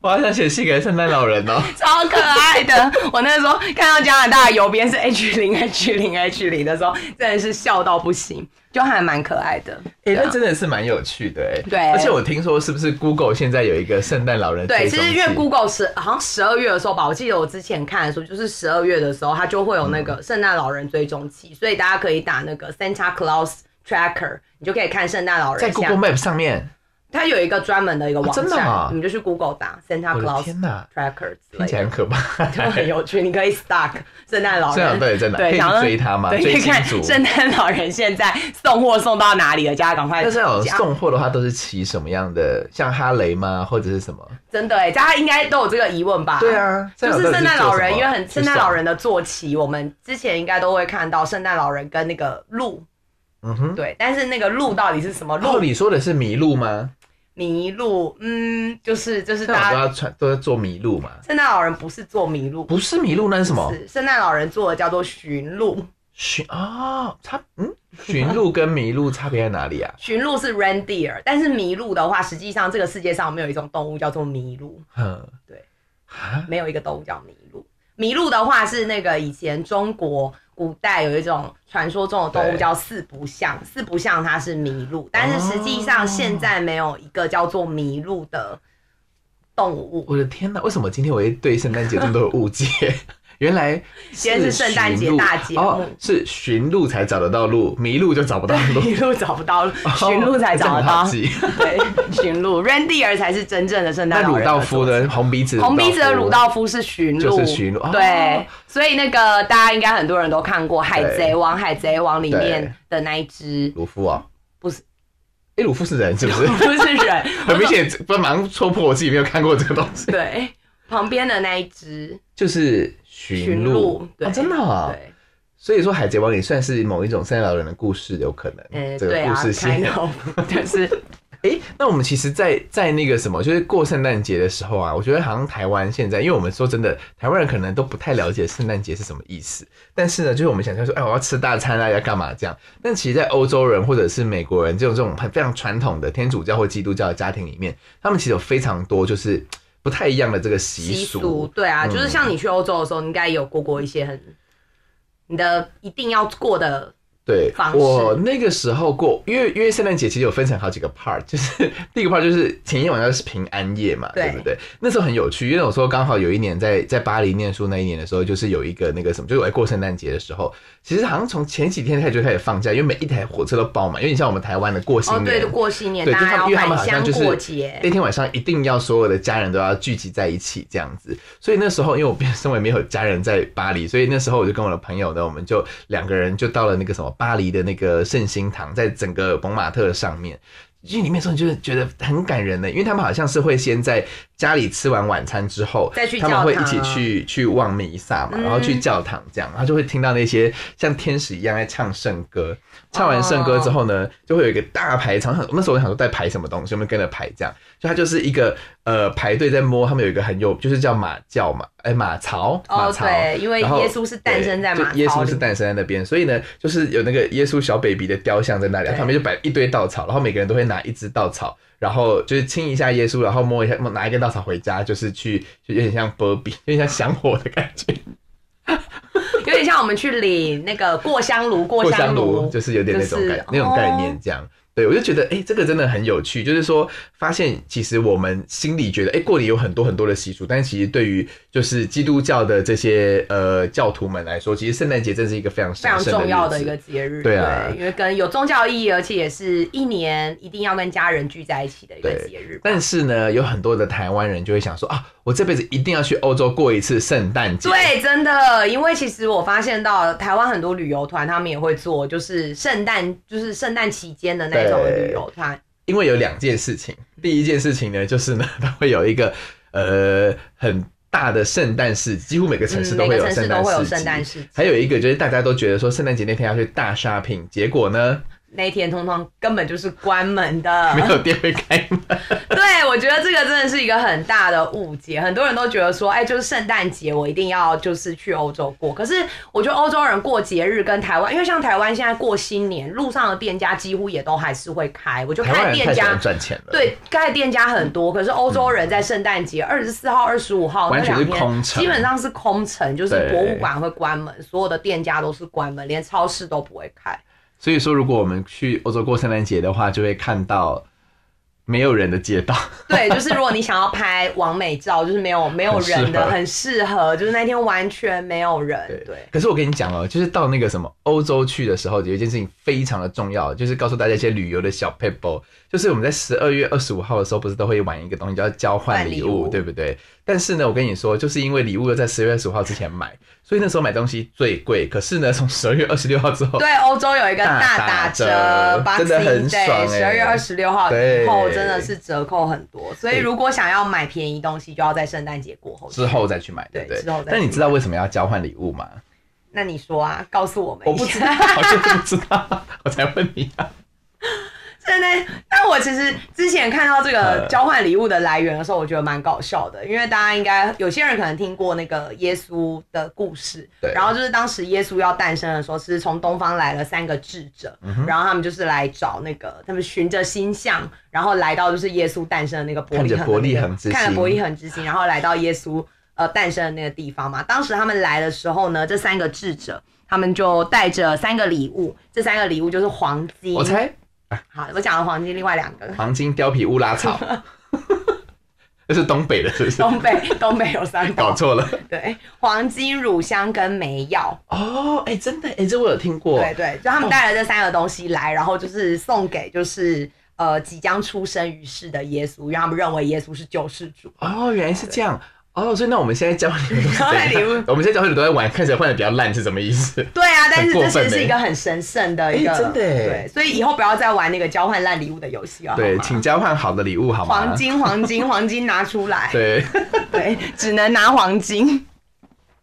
[SPEAKER 1] 我好想写信给圣诞老人哦。
[SPEAKER 2] 超可爱的。我那时候看到加拿大的邮编是 H 零 H 零 H 零的时候，真的是笑到不行，就还蛮可爱的。
[SPEAKER 1] 哎、
[SPEAKER 2] [LAUGHS] 对啊
[SPEAKER 1] 那真的是蛮有趣的哎、
[SPEAKER 2] 对
[SPEAKER 1] 而且我听说是不是 Google 现在有一个圣诞老人
[SPEAKER 2] 对，
[SPEAKER 1] 追
[SPEAKER 2] 其
[SPEAKER 1] 踪
[SPEAKER 2] 实
[SPEAKER 1] 器
[SPEAKER 2] 因为 Google 十好像十二月的时候吧，我记得我之前看的时候，就是十二月的时候，它就会有那个圣诞老人追踪器，所以大家可以打那个 Santa Claus Tracker，你就可以看圣诞老人
[SPEAKER 1] 在
[SPEAKER 2] 像
[SPEAKER 1] Google Map 上面，
[SPEAKER 2] 它有一个专门的一个网站，
[SPEAKER 1] 啊真的吗
[SPEAKER 2] 你们就去 Google 打 Santa
[SPEAKER 1] 我的
[SPEAKER 2] Claus
[SPEAKER 1] 天哪，
[SPEAKER 2] Tracker 之
[SPEAKER 1] 听
[SPEAKER 2] 类
[SPEAKER 1] 起来
[SPEAKER 2] 的，
[SPEAKER 1] 很可怕。
[SPEAKER 2] 就
[SPEAKER 1] [LAUGHS]
[SPEAKER 2] 很有趣。你可以 stalk 圣诞老
[SPEAKER 1] 圣诞
[SPEAKER 2] 人
[SPEAKER 1] 到，底在哪？可
[SPEAKER 2] 对
[SPEAKER 1] 以
[SPEAKER 2] 想
[SPEAKER 1] 去
[SPEAKER 2] 要
[SPEAKER 1] 追他吗？
[SPEAKER 2] 对，可
[SPEAKER 1] 追
[SPEAKER 2] 以看
[SPEAKER 1] 金主？
[SPEAKER 2] 圣诞老人现在送货送到哪里了，大家赶快
[SPEAKER 1] 但
[SPEAKER 2] 讲。
[SPEAKER 1] 是有送货的话，都是骑什么样的？像哈雷吗？或者是什么？
[SPEAKER 2] 真的哎，大家应该都有这个疑问吧？
[SPEAKER 1] 对。啊，
[SPEAKER 2] 就是圣诞老人，因为很圣诞老
[SPEAKER 1] 人，
[SPEAKER 2] 人的坐骑，我们之前应该都会看到圣诞老人跟那个鹿，
[SPEAKER 1] 嗯哼。
[SPEAKER 2] 对，但是那个鹿到底是什么
[SPEAKER 1] 然后
[SPEAKER 2] 鹿？
[SPEAKER 1] 你说的是麋鹿吗？
[SPEAKER 2] 麋鹿，嗯，就是就是
[SPEAKER 1] 那我
[SPEAKER 2] 大
[SPEAKER 1] 们都
[SPEAKER 2] 家
[SPEAKER 1] 要穿，都要做麋鹿嘛？
[SPEAKER 2] 圣诞老人不是坐麋鹿，
[SPEAKER 1] 不是麋鹿，那是什么
[SPEAKER 2] 不？是圣诞老人做的叫做驯鹿，
[SPEAKER 1] 驯啊，差嗯，驯鹿跟麋鹿差别在哪里啊？
[SPEAKER 2] 驯鹿是 reindeer，但是麋鹿的话，实际上这个世界上没有一种动物叫做麋鹿，
[SPEAKER 1] 嗯，
[SPEAKER 2] 对
[SPEAKER 1] 啊，
[SPEAKER 2] 没有一个动物叫麋鹿。麋鹿的话是那个以前中国古代有一种传说中的动物
[SPEAKER 1] 对
[SPEAKER 2] 叫四不像，四不像它是麋鹿，
[SPEAKER 1] 哦
[SPEAKER 2] 但是实际上现在没有一个叫做麋鹿的动物。
[SPEAKER 1] [LAUGHS] 我的天哪，为什么今天我会对圣诞节这么多的误解？ [LAUGHS] 原来
[SPEAKER 2] 今天是圣诞节
[SPEAKER 1] 驯鹿
[SPEAKER 2] 大节目
[SPEAKER 1] 哦，是驯鹿才找得到路，麋鹿就找不到路，
[SPEAKER 2] 麋鹿找不
[SPEAKER 1] [LAUGHS]
[SPEAKER 2] 到，
[SPEAKER 1] 哦
[SPEAKER 2] 驯鹿才找得
[SPEAKER 1] 这很好
[SPEAKER 2] 到， [LAUGHS]
[SPEAKER 1] 记
[SPEAKER 2] 对，驯鹿 reindeer 才是真正的圣
[SPEAKER 1] 那
[SPEAKER 2] 诞老
[SPEAKER 1] 鲁
[SPEAKER 2] 人。
[SPEAKER 1] 道夫呢？红鼻子的
[SPEAKER 2] [LAUGHS] 红鼻子的鲁
[SPEAKER 1] 夫
[SPEAKER 2] 道夫是驯鹿，
[SPEAKER 1] 就是驯鹿哦
[SPEAKER 2] 对，所以那个大家应该很多人都看过《海贼王》，《海贼王》里面的那一只 [LAUGHS]
[SPEAKER 1] 鲁夫啊，
[SPEAKER 2] 不是，
[SPEAKER 1] 哎，鲁夫是人是不是？
[SPEAKER 2] [LAUGHS] 不是人，
[SPEAKER 1] 很明显，不马上戳破我自己没有看过这个东西，
[SPEAKER 2] [LAUGHS] 对，旁边的那一只
[SPEAKER 1] 就是驯
[SPEAKER 2] 驯
[SPEAKER 1] 鹿
[SPEAKER 2] 鹿，，对，
[SPEAKER 1] 哦真的啊。
[SPEAKER 2] 对，
[SPEAKER 1] 所以说，《海贼王》也算是某一种圣诞老人的故事，有可
[SPEAKER 2] 嗯，
[SPEAKER 1] 能这
[SPEAKER 2] 对
[SPEAKER 1] 个
[SPEAKER 2] 啊
[SPEAKER 1] 故事线。
[SPEAKER 2] ，kind of，就是 [LAUGHS]
[SPEAKER 1] 哎、那我们其实在，在那个什么，就是过圣诞节的时候啊，我觉得好像台湾现在，因为我们说真的，台湾人可能都不太了解圣诞节是什么意思。但是呢，就是我们想象说，哎，我要吃大餐啊，要干嘛这样。但其实，在欧洲人或者是美国人这种这种很非常传统的天主教或基督教的家庭里面，他们其实有非常多就是不太一样的这个习
[SPEAKER 2] 习
[SPEAKER 1] 俗。嗯
[SPEAKER 2] 俗，对啊，就是像你去欧洲的时候，你应该也有过过一些很你的一定要过的，
[SPEAKER 1] 对
[SPEAKER 2] 方，式
[SPEAKER 1] 我那个时候过，因为因为圣诞节其实有分成好几个 part，就是 [LAUGHS] 第一个 part 就是前一晚上是平安夜嘛，
[SPEAKER 2] 对
[SPEAKER 1] 对不对？那时候很有趣，因为我说刚好有一年在在巴黎念书那一年的时候，就是有一个那个什么，就是我在过圣诞节的时候，其实好像从前几天开始就开始放假，因为每一台火车都爆满，因为你像我们台湾的过新
[SPEAKER 2] 哦，
[SPEAKER 1] 年。
[SPEAKER 2] 对，过新年
[SPEAKER 1] 对，
[SPEAKER 2] 大
[SPEAKER 1] 就他
[SPEAKER 2] 家
[SPEAKER 1] 们因为他
[SPEAKER 2] 要
[SPEAKER 1] 们
[SPEAKER 2] 返
[SPEAKER 1] 好像
[SPEAKER 2] 乡
[SPEAKER 1] 就是
[SPEAKER 2] 过节，
[SPEAKER 1] 那天晚上一定要所有的家人都要聚集在一起这样子。所以那时候，因为我变 [LAUGHS] 身为没有家人在巴黎，所以那时候我就跟我的朋友呢，我们就两个人就到了那个什么巴黎的那个圣心堂，在整个蒙马特上面。进里面的时候，你就是觉得很感人的，因为他们好像是会先在家里吃完晚餐之后，
[SPEAKER 2] 再去
[SPEAKER 1] 他们会
[SPEAKER 2] 教
[SPEAKER 1] 一
[SPEAKER 2] 堂
[SPEAKER 1] 起去去望弥撒嘛，
[SPEAKER 2] 嗯
[SPEAKER 1] 然后去教堂这样，然后就会听到那些像天使一样在唱圣歌。唱完圣歌之后呢，
[SPEAKER 2] 哦
[SPEAKER 1] 就会有一个大排场。我那时候我想说在排什么东西，我们跟着排这样，就它就是一个呃排队在摸，他们有一个很有就是叫马教嘛，哎、马槽，马
[SPEAKER 2] 哦，
[SPEAKER 1] 槽。
[SPEAKER 2] 对，因为
[SPEAKER 1] 然后
[SPEAKER 2] 耶稣是诞生在
[SPEAKER 1] 对
[SPEAKER 2] 马
[SPEAKER 1] 就耶
[SPEAKER 2] 槽
[SPEAKER 1] 稣
[SPEAKER 2] 里
[SPEAKER 1] 是诞生在那边，所以呢，就是有那个耶稣小 baby 的雕像在那里，
[SPEAKER 2] 对
[SPEAKER 1] 旁边就摆一堆稻草，然后每个人都会拿一支稻草，然后就是亲一下耶稣，然后摸一下，摸拿一根稻草回家，就是去就有点像波比，有点像香火的感觉，
[SPEAKER 2] [LAUGHS] 有点像我们去领那个过香炉，过香炉
[SPEAKER 1] 就是有点那种
[SPEAKER 2] 就是
[SPEAKER 1] 概、那种概
[SPEAKER 2] 哦
[SPEAKER 1] 念这样。对，我就觉得，哎、这个真的很有趣。就是说，发现其实我们心里觉得，哎、过年有很多很多的习俗，但其实对于就是基督教的这些呃教徒们来说，其实圣诞节真是一个非常
[SPEAKER 2] 非
[SPEAKER 1] 神
[SPEAKER 2] 常
[SPEAKER 1] 圣的
[SPEAKER 2] 重要的
[SPEAKER 1] 日
[SPEAKER 2] 一
[SPEAKER 1] 子
[SPEAKER 2] 个节日，
[SPEAKER 1] 对啊
[SPEAKER 2] 因为跟有宗教意义，而且也是一年一定要跟家人聚在一起的一个
[SPEAKER 1] 对
[SPEAKER 2] 节日吧。
[SPEAKER 1] 但是呢，有很多的台湾人就会想说啊，我这辈子一定要去欧洲过一次圣诞节。
[SPEAKER 2] 对，真的，因为其实我发现到台湾很多旅游团，他们也会做，就是圣诞，就是圣诞期间的那种
[SPEAKER 1] 对
[SPEAKER 2] 旅游团，
[SPEAKER 1] 因为有两件事情，第一件事情呢，就是呢， [LAUGHS] 它会有一个呃很大的圣诞市集，几乎每个城市
[SPEAKER 2] 嗯，
[SPEAKER 1] 都
[SPEAKER 2] 每
[SPEAKER 1] 会
[SPEAKER 2] 个
[SPEAKER 1] 有
[SPEAKER 2] 城
[SPEAKER 1] 圣
[SPEAKER 2] 市都
[SPEAKER 1] 诞
[SPEAKER 2] 会有
[SPEAKER 1] 市
[SPEAKER 2] 圣
[SPEAKER 1] 集。
[SPEAKER 2] 诞市集，
[SPEAKER 1] 还有一个就是大家都觉得说圣诞节那天要去大 shopping，结果呢
[SPEAKER 2] 那一天通通根本就是关门的，
[SPEAKER 1] 没有店会开门。
[SPEAKER 2] [LAUGHS] 对，我觉得这个真的是一个很大的误解，很多人都觉得说，哎，就是圣诞节我一定要就是去欧洲过。可是我觉得欧洲人过节日跟台湾，因为像台湾现在过新年，路上的店家几乎也都还是会开，我就
[SPEAKER 1] 台湾
[SPEAKER 2] 看
[SPEAKER 1] 人
[SPEAKER 2] 店
[SPEAKER 1] 太喜
[SPEAKER 2] 家
[SPEAKER 1] 欢。赚钱了，，
[SPEAKER 2] 对，开的店家很多，可是欧洲人在圣诞节二十四号、二十五号那
[SPEAKER 1] 完全是
[SPEAKER 2] 两天，
[SPEAKER 1] 空城
[SPEAKER 2] 基本上是空城，就是
[SPEAKER 1] 对
[SPEAKER 2] 博物馆会关门，所有的店家都是关门，连超市都不会开。
[SPEAKER 1] 所以说如果我们去欧洲过圣诞节的话，就会看到没有人的街道，
[SPEAKER 2] 对，就是如果你想要拍完美照，就是没有没有人的，很适合，就是那天完全没有人。 [LAUGHS] 对，
[SPEAKER 1] 可是我跟你讲哦，就是到那个什么欧洲去的时候，有一件事情非常的重要，就是告诉大家一些旅游的小 p e p l e 就是我们在十二月二十五号的时候，不是都会玩一个东西叫交换礼
[SPEAKER 2] 换礼
[SPEAKER 1] 物，
[SPEAKER 2] 物
[SPEAKER 1] 对不对？但是呢，我跟你说，就是因为礼物要在十月二十五号之前买，所以那时候买东西最贵。可是呢，从十二月二十六号之后，
[SPEAKER 2] 对，欧洲有一个
[SPEAKER 1] 大
[SPEAKER 2] 大
[SPEAKER 1] 打
[SPEAKER 2] 打折
[SPEAKER 1] 折真的很
[SPEAKER 2] ，Boxing
[SPEAKER 1] 爽
[SPEAKER 2] Day，
[SPEAKER 1] 欸
[SPEAKER 2] 十二月二十六号以后
[SPEAKER 1] 对
[SPEAKER 2] 真的是折扣很多，所以
[SPEAKER 1] 对
[SPEAKER 2] 如果想要买便宜东西，就要在圣诞节过后
[SPEAKER 1] 之。后再去买，对
[SPEAKER 2] 对
[SPEAKER 1] 不对？
[SPEAKER 2] 之后再去买
[SPEAKER 1] 但你知道为什么要交换礼物吗？
[SPEAKER 2] 那你说啊，告诉我们
[SPEAKER 1] 我
[SPEAKER 2] 一
[SPEAKER 1] 不知
[SPEAKER 2] 下
[SPEAKER 1] 道。，我就是不知道， [LAUGHS] 我才问你啊。
[SPEAKER 2] 真的，但我其实之前看到这个
[SPEAKER 1] 呃
[SPEAKER 2] 交换礼物的来源的时候，我觉得蛮搞笑的，因为大家应该有些人可能听过那个耶稣的故事，
[SPEAKER 1] 对
[SPEAKER 2] 然后就是当时耶稣要诞生的时候，是从东方来了三个智者，
[SPEAKER 1] 嗯
[SPEAKER 2] 然后他们就是来找那个，他们循着星象，然后来到就是耶稣诞生的那个伯利恒的那
[SPEAKER 1] 看着
[SPEAKER 2] 个，
[SPEAKER 1] 伯利恒之星
[SPEAKER 2] 看着伯利恒之星，然后来到耶稣呃诞生的那个地方嘛。当时他们来的时候呢，这三个智者。他们就带着三个礼物，这三个礼物就是黄金。
[SPEAKER 1] 我猜
[SPEAKER 2] 好，我讲了黄金，另外两个
[SPEAKER 1] 黄金貂皮乌拉草， [LAUGHS] 这是东北的，是不是？
[SPEAKER 2] [LAUGHS] 东
[SPEAKER 1] [LAUGHS]
[SPEAKER 2] 北东北有三
[SPEAKER 1] 搞
[SPEAKER 2] 宝，
[SPEAKER 1] 错了
[SPEAKER 2] 对，黄金、乳香跟梅药，
[SPEAKER 1] 哦，哎、真的，哎、这我有听过。
[SPEAKER 2] 对对，就他们带了这三个东西来，然后就是送给就是呃即将出生于世的耶稣，因为他们认为耶稣是救世主。
[SPEAKER 1] 哦，原来是这样。哦，所以那我们现在 [LAUGHS] 交换礼物是怎样，
[SPEAKER 2] 交换礼物
[SPEAKER 1] 我们现在交换礼物都在玩，看谁换的比较烂是什么意思？
[SPEAKER 2] 对啊，但是
[SPEAKER 1] 很
[SPEAKER 2] 这
[SPEAKER 1] 过
[SPEAKER 2] 其
[SPEAKER 1] 分
[SPEAKER 2] 实是
[SPEAKER 1] 欸
[SPEAKER 2] 一个很神圣的一
[SPEAKER 1] 哎
[SPEAKER 2] 个，
[SPEAKER 1] 真的欸
[SPEAKER 2] 对，所以以后不要再玩那个交换烂礼物的游戏了，
[SPEAKER 1] 对，
[SPEAKER 2] 好吗
[SPEAKER 1] 请交换好的礼物好吗？
[SPEAKER 2] 黄。金黄金黄金拿出来，
[SPEAKER 1] [LAUGHS] 对，
[SPEAKER 2] 对，只能拿黄金，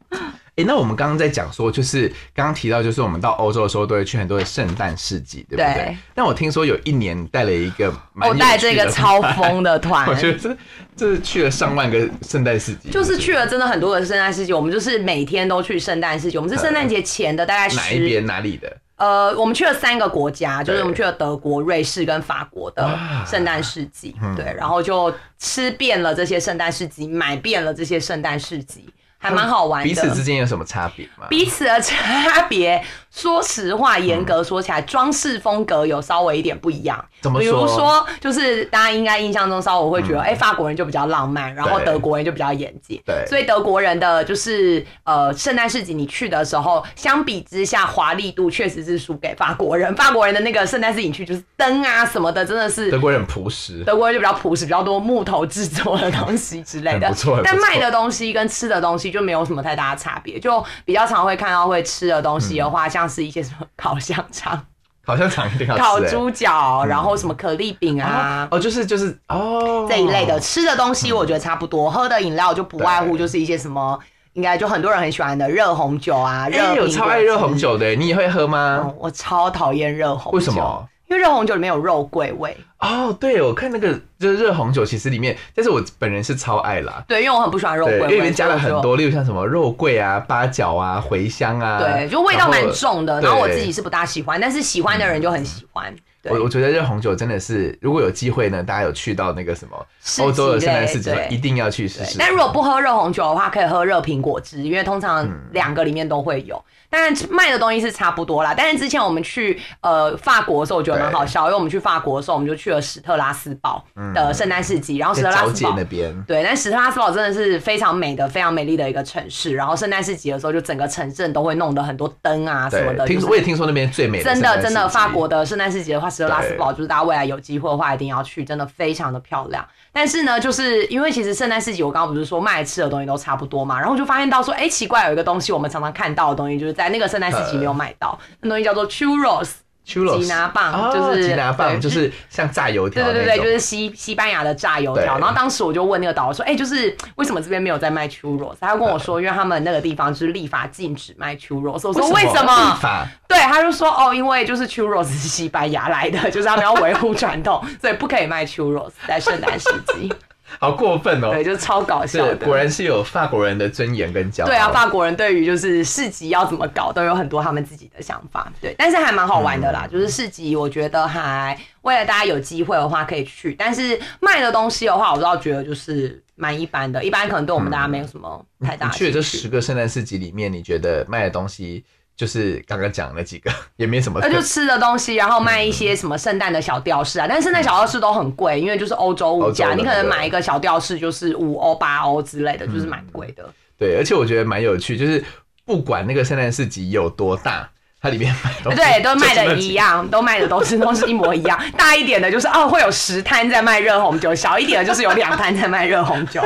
[SPEAKER 1] 哎、那我们刚刚在讲说，就是刚刚提到，就是我们到欧洲的时候都会去很多的圣诞市集，对不对？
[SPEAKER 2] 对
[SPEAKER 1] 但我听说有一年带了一个蛮
[SPEAKER 2] 我
[SPEAKER 1] 有趣的，
[SPEAKER 2] 带这
[SPEAKER 1] [LAUGHS]
[SPEAKER 2] 个超疯的团，
[SPEAKER 1] 我觉得这这是去了上万个圣诞市集，
[SPEAKER 2] 就是去了真的很多的圣诞市集，我们就是每天都去圣诞市集。我们是圣诞节前的大概
[SPEAKER 1] 呃哪一
[SPEAKER 2] 十，
[SPEAKER 1] 边哪里的，
[SPEAKER 2] 呃，我们去了三个国家，就是
[SPEAKER 1] 对
[SPEAKER 2] 我们去了德国、瑞士跟法国的
[SPEAKER 1] 哇
[SPEAKER 2] 圣诞市集
[SPEAKER 1] 嗯，
[SPEAKER 2] 对，然后就吃遍了这些圣诞市集，买遍了这些圣诞市集，还蛮好玩的。
[SPEAKER 1] 彼此之间有什么差别吗？
[SPEAKER 2] 彼此的差别，说实话，严格说起来，装饰风格有稍微一点不一样。
[SPEAKER 1] 嗯怎么
[SPEAKER 2] 比
[SPEAKER 1] 说嗯
[SPEAKER 2] 如说，就是大家应该印象中稍微会觉得，哎、法国人就比较浪漫，然后
[SPEAKER 1] 对
[SPEAKER 2] 德国人就比较严谨。
[SPEAKER 1] 对
[SPEAKER 2] 所以德国人的就是呃，圣诞市集你去的时候，相比之下，华丽度确实是输给法国人。法国人的那个圣诞市集去就是灯啊什么的，真的是
[SPEAKER 1] 德国人很朴实，
[SPEAKER 2] 德国就比较朴实，比较多木头制作的东西之类的。
[SPEAKER 1] 很不错很不错
[SPEAKER 2] 但卖的东西跟吃的东西就没有什么太大的差别，就比较常会看到会吃的东西的话，像是一些什么烤香肠、
[SPEAKER 1] 好像长一定要
[SPEAKER 2] [LAUGHS]
[SPEAKER 1] 吃
[SPEAKER 2] 嗯烤
[SPEAKER 1] 欸
[SPEAKER 2] 猪脚，然后什么可丽饼
[SPEAKER 1] 啊
[SPEAKER 2] 啊。
[SPEAKER 1] 哦，就是就是哦
[SPEAKER 2] 这一类的吃的东西，我觉得差不多。喝的饮料就不外乎
[SPEAKER 1] 对
[SPEAKER 2] 就是一些什么，应该就很多人很喜欢的热红酒啊，热
[SPEAKER 1] 哎、
[SPEAKER 2] 苹
[SPEAKER 1] 有
[SPEAKER 2] 果
[SPEAKER 1] 超爱热红
[SPEAKER 2] 汁。
[SPEAKER 1] 酒的，欸你也会喝吗？
[SPEAKER 2] 嗯，我超讨厌热红酒。
[SPEAKER 1] 为什么？
[SPEAKER 2] 因为热红酒里面有肉桂味。
[SPEAKER 1] 哦，对，我看那个就是热红酒，其实里面，但是我本人是超爱啦。
[SPEAKER 2] 对，因为我很不喜欢肉
[SPEAKER 1] 对，
[SPEAKER 2] 桂
[SPEAKER 1] 因为
[SPEAKER 2] 味，
[SPEAKER 1] 里面加了
[SPEAKER 2] 所以
[SPEAKER 1] 很
[SPEAKER 2] 我就
[SPEAKER 1] 多，例如像什么肉桂啊、八角啊、茴香啊，
[SPEAKER 2] 对，就味道蛮
[SPEAKER 1] 然后
[SPEAKER 2] 重的。然后我
[SPEAKER 1] 对
[SPEAKER 2] 自己是不大喜欢，但是喜欢的人就很喜欢。对
[SPEAKER 1] 我，我觉得热红酒真的是，如果有机会呢，大家有去到那个什么
[SPEAKER 2] 市集
[SPEAKER 1] 欧洲的圣诞市集
[SPEAKER 2] 类，对
[SPEAKER 1] 一定要去试
[SPEAKER 2] 对
[SPEAKER 1] 试。
[SPEAKER 2] 但如果不喝热红酒的话，可以喝热苹果汁，因为通常
[SPEAKER 1] 嗯
[SPEAKER 2] 两个里面都会有。当然卖的东西是差不多啦。但是之前我们去呃法国的时候，我觉得蛮好笑，因为我们去法国的时候，我们就去了史特拉斯堡的圣诞市集，然后史
[SPEAKER 1] 嗯在
[SPEAKER 2] 特拉
[SPEAKER 1] 交
[SPEAKER 2] 斯
[SPEAKER 1] 界
[SPEAKER 2] 堡
[SPEAKER 1] 那边，
[SPEAKER 2] 对，但史特拉斯堡真的是非常美的、非常美丽的一个城市。然后圣诞市集的时候，就整个城镇都会弄得很多灯啊什么
[SPEAKER 1] 对，
[SPEAKER 2] 的。就
[SPEAKER 1] 听
[SPEAKER 2] 是
[SPEAKER 1] 我也听说那边最美的
[SPEAKER 2] 真
[SPEAKER 1] 圣诞
[SPEAKER 2] 的真的，
[SPEAKER 1] 市集
[SPEAKER 2] 法国的圣诞市集的话，史特拉斯
[SPEAKER 1] 对
[SPEAKER 2] 堡就是大家未来有机会的话一定要去，真的非常的漂亮。但是呢，就是因为其实圣诞市集我刚刚不是说卖吃的东西都差不多嘛，然后就发现到说，哎、奇怪，有一个东西我们常常看到的东西，就是在那个圣诞市集没有买到，那东西叫做 churros。
[SPEAKER 1] churros
[SPEAKER 2] 吉拿棒
[SPEAKER 1] 哦
[SPEAKER 2] 就是
[SPEAKER 1] 吉拿棒，
[SPEAKER 2] 对
[SPEAKER 1] 就是像炸油条
[SPEAKER 2] 对
[SPEAKER 1] 那
[SPEAKER 2] 对
[SPEAKER 1] 种。
[SPEAKER 2] 对对，就是西西班牙的炸油条。
[SPEAKER 1] 对
[SPEAKER 2] 然后当时我就问那个导游说：“哎、就是为什么这边没有在卖 churros？” 他就跟我说：“因为他们那个地方就是立法禁止卖 churros。”我说：“为什么
[SPEAKER 1] 立？”法
[SPEAKER 2] 对，他就说哦，因为就是 churros 是西班牙来的，就是他们要维护传统， [LAUGHS] 所以不可以卖 churros 在圣诞时机。
[SPEAKER 1] 好过分 [LAUGHS] 哦！
[SPEAKER 2] 对，就是超搞笑
[SPEAKER 1] 是
[SPEAKER 2] 的。
[SPEAKER 1] 果然是有法国人的尊严跟骄傲。
[SPEAKER 2] 对啊，法国人对于就是市集要怎么搞，都有很多他们自己的想法。对，但是还蛮好玩的
[SPEAKER 1] 嗯
[SPEAKER 2] 啦，就是市集，我觉得还为了大家有机会的话可以去，但是卖的东西的话，我倒觉得就是蛮一般的，一般可能对我们大家没有什么太大
[SPEAKER 1] 你
[SPEAKER 2] 的
[SPEAKER 1] 嗯去的这
[SPEAKER 2] 兴趣
[SPEAKER 1] 十个圣诞市集里面，你觉得卖的东西就是刚刚讲那几个，也没
[SPEAKER 2] [LAUGHS]
[SPEAKER 1] 什么特
[SPEAKER 2] 呃那就吃的东西，然后卖一些什么圣诞的小吊饰啊，但是圣诞小吊饰都很贵，因为就是欧洲物
[SPEAKER 1] 嗯欧
[SPEAKER 2] 价，
[SPEAKER 1] 洲的
[SPEAKER 2] 你可能
[SPEAKER 1] 对
[SPEAKER 2] 买一个小吊饰就是五欧八欧之类的，就是蛮贵的。
[SPEAKER 1] 对，而且我觉得蛮有趣，就是不管那个圣诞市集有多大，它里面卖东西
[SPEAKER 2] 对，都卖
[SPEAKER 1] 就是
[SPEAKER 2] 的
[SPEAKER 1] 那几
[SPEAKER 2] 一样，都卖的都是都是一模一样。 [LAUGHS] 大一点的就是哦，会有十摊在卖热红酒，小一点的就是有两摊在卖热
[SPEAKER 1] [LAUGHS]
[SPEAKER 2] 红酒。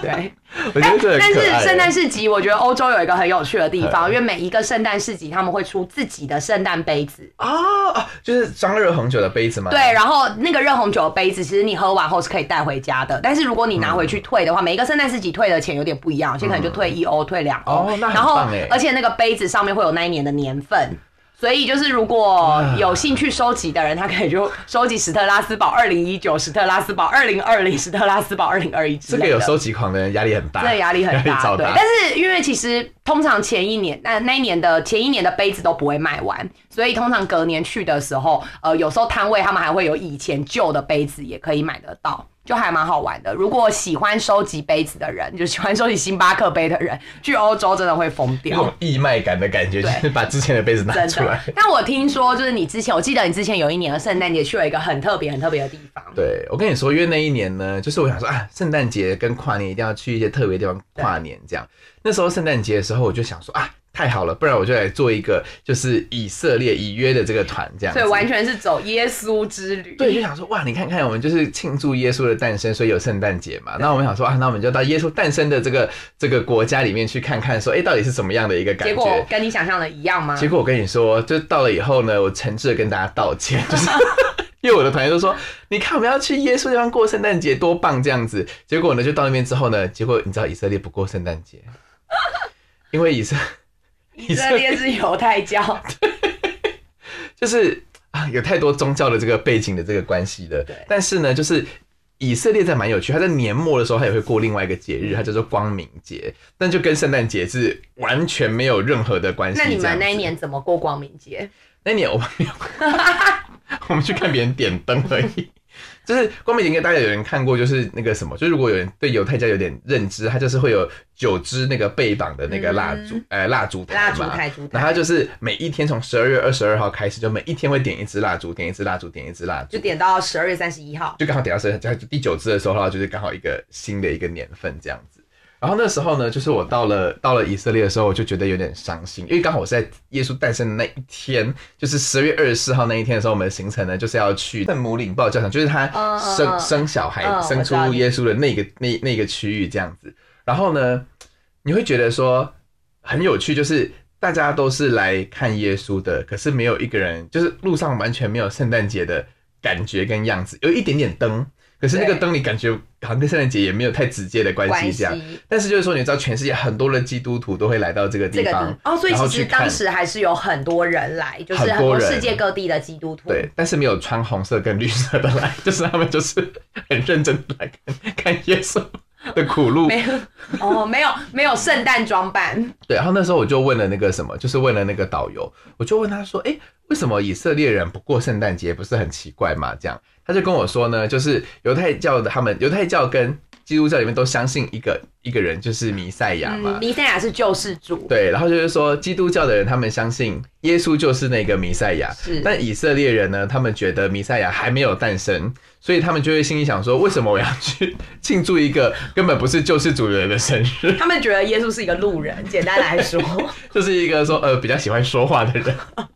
[SPEAKER 2] 对，
[SPEAKER 1] 我觉得这很
[SPEAKER 2] 但
[SPEAKER 1] 可
[SPEAKER 2] 是
[SPEAKER 1] 爱欸
[SPEAKER 2] 圣诞市集，我觉得欧洲有一个很有趣的地
[SPEAKER 1] 嗯
[SPEAKER 2] 方，因为每一个圣诞市集他们会出自己的圣诞杯子，
[SPEAKER 1] 啊啊，就是装热红酒的杯子嘛。
[SPEAKER 2] 对，然后那个热红酒的杯子，其实你喝完后是可以带回家的，但是如果你拿回
[SPEAKER 1] 嗯
[SPEAKER 2] 去退的话，每一个圣诞市集退的钱有点不一样，有些可能就退一欧、退两欧，
[SPEAKER 1] 哦那很
[SPEAKER 2] 然后
[SPEAKER 1] 棒欸
[SPEAKER 2] 而且那个杯子上面会有那一年的年份。所以就是，如果
[SPEAKER 1] 啊
[SPEAKER 2] 有兴趣收集的人，他可以就收集史特拉斯堡二零一九、史特拉斯堡二零二零、史特拉斯堡二零二一之
[SPEAKER 1] 这
[SPEAKER 2] 类的。
[SPEAKER 1] 个有收集狂的人压力很大，
[SPEAKER 2] 真的压力很
[SPEAKER 1] 压
[SPEAKER 2] 大，
[SPEAKER 1] 超
[SPEAKER 2] 对。但是因为其实通常前一年那那一年的前一年的杯子都不会卖完，所以通常隔年去的时候，呃，有时候摊位他们还会有以前旧的杯子也可以买得到。就还蛮好玩的。如果喜欢收集杯子的人，就喜欢收集星巴克杯的人，去欧洲真的会疯
[SPEAKER 1] 有
[SPEAKER 2] 掉
[SPEAKER 1] 种。义卖感的感觉，就
[SPEAKER 2] 对
[SPEAKER 1] 是把之前的杯子拿
[SPEAKER 2] 真
[SPEAKER 1] 出
[SPEAKER 2] 的
[SPEAKER 1] 来。。
[SPEAKER 2] 但我听说，就是你之前，我记得你之前有一年的圣诞节去了一个很特别、很特别的地方。
[SPEAKER 1] 对，我跟你说，因为那一年呢，就是我想说啊，圣诞节跟跨年一定要去一些特别地方跨年，这样。那时候圣诞节的时候，我就想说啊，太好了，不然我就来做一个就是以色列以约的这个团，这样子。
[SPEAKER 2] 所以完全是走耶稣之旅。
[SPEAKER 1] 对，就想说哇，你看看我们就是庆祝耶稣的诞生，所以有圣诞节嘛。那我们想说啊，那我们就到耶稣诞生的这个这个国家里面去看看说、哎，到底是什么样的一个感
[SPEAKER 2] 结
[SPEAKER 1] 觉。
[SPEAKER 2] 果跟你想象的一样吗？
[SPEAKER 1] 结果我跟你说，就到了以后呢，我诚挚的跟大家道歉， [LAUGHS] 就是因为我的团员都说，你看我们要去耶稣地方过圣诞节，多棒这样子。结果呢，就到那边之后呢，结果你知道以色列不过圣诞
[SPEAKER 2] [LAUGHS]
[SPEAKER 1] 节，因为以色 [LAUGHS]
[SPEAKER 2] 以色列是犹太教，
[SPEAKER 1] 就是啊有太多宗教的这个背景的这个关系的
[SPEAKER 2] 对。
[SPEAKER 1] 但是呢，就是以色列在蛮有趣，他在年末的时候，他也会过另外一个节
[SPEAKER 2] 嗯
[SPEAKER 1] 日，它叫做光明节，但就跟圣诞节是完全没有任何的关系。
[SPEAKER 2] 那你
[SPEAKER 1] 这样
[SPEAKER 2] 们
[SPEAKER 1] 子
[SPEAKER 2] 那一年怎么过光明节？
[SPEAKER 1] 那年我们没有， [LAUGHS] 我们去看别人点灯而已。就是光明节，应该大家有人看过，就是那个什么，就是如果有人对犹太教有点认知，它就是会有九支那个背绑的那个蜡烛，呃，蜡烛
[SPEAKER 2] 嗯蜡
[SPEAKER 1] 台
[SPEAKER 2] 烛
[SPEAKER 1] 嘛。
[SPEAKER 2] 台烛
[SPEAKER 1] 然后它
[SPEAKER 2] 台，
[SPEAKER 1] 就是每一天从十二月二十二号开始，就每一天会点一支蜡烛，点一支蜡烛，点一支蜡烛
[SPEAKER 2] 就，点到十二月三十一号。
[SPEAKER 1] 就刚好点到是就第九支的时候的话，就是刚好一个新的一个年份这样子。然后那时候呢，就是我到了到了以色列的时候，我就觉得有点伤心，因为刚好我是在耶稣诞生的那一天，就是十月二十四号那一天的时候，我们的行程呢就是要去圣母领报教堂，就是他
[SPEAKER 2] 嗯嗯
[SPEAKER 1] 生、
[SPEAKER 2] 嗯
[SPEAKER 1] 生小孩、
[SPEAKER 2] 嗯
[SPEAKER 1] 生
[SPEAKER 2] 我知道
[SPEAKER 1] 出耶稣的那个那那个区域这样子。然后呢，你会觉得说很有趣，就是大家都是来看耶稣的，可是没有一个人，就是路上完全没有圣诞节的感觉跟样子，有一点点灯，可是那个
[SPEAKER 2] 对
[SPEAKER 1] 灯你感觉好像跟圣诞节也没有太直接的关系
[SPEAKER 2] 关
[SPEAKER 1] 这样。
[SPEAKER 2] 系
[SPEAKER 1] 但是就是说，你知道全世界很多的基督徒都会来到这个
[SPEAKER 2] 这
[SPEAKER 1] 地
[SPEAKER 2] 个
[SPEAKER 1] 方
[SPEAKER 2] 地，哦，所以
[SPEAKER 1] 然后
[SPEAKER 2] 其
[SPEAKER 1] 去
[SPEAKER 2] 实
[SPEAKER 1] 看
[SPEAKER 2] 当时还是有很多人来，就是
[SPEAKER 1] 很
[SPEAKER 2] 很
[SPEAKER 1] 多
[SPEAKER 2] 多
[SPEAKER 1] 人
[SPEAKER 2] 世界各地的基督徒。
[SPEAKER 1] 对，但是没有穿红色跟绿色的来， [LAUGHS] 就是他们就是很认真的来看看耶稣的苦路。
[SPEAKER 2] 没有哦，没有没有圣诞装扮，
[SPEAKER 1] 对，然后那时候我就问了那个什么，就是问了那个导游，我就问他说，哎、为什么以色列人不过圣诞节，不是很奇怪吗？这样，他就跟我说呢，就是犹太教的他们，犹太教跟基督教里面都相信一个一个人，就是弥赛亚嘛。
[SPEAKER 2] 嗯，弥赛亚是救世主，
[SPEAKER 1] 对，然后就是说，基督教的人他们相信耶稣就是那个弥赛亚，
[SPEAKER 2] 是
[SPEAKER 1] 但以色列人呢，他们觉得弥赛亚还没有诞生，所以他们就会心里想说，为什么我要去 [LAUGHS] 庆祝一个根本不是救世主人的生日？
[SPEAKER 2] 他们觉得耶稣是一个路人。简单
[SPEAKER 1] [LAUGHS]
[SPEAKER 2] 来说，
[SPEAKER 1] 就是一个说呃比较喜欢说话的人，
[SPEAKER 2] [LAUGHS]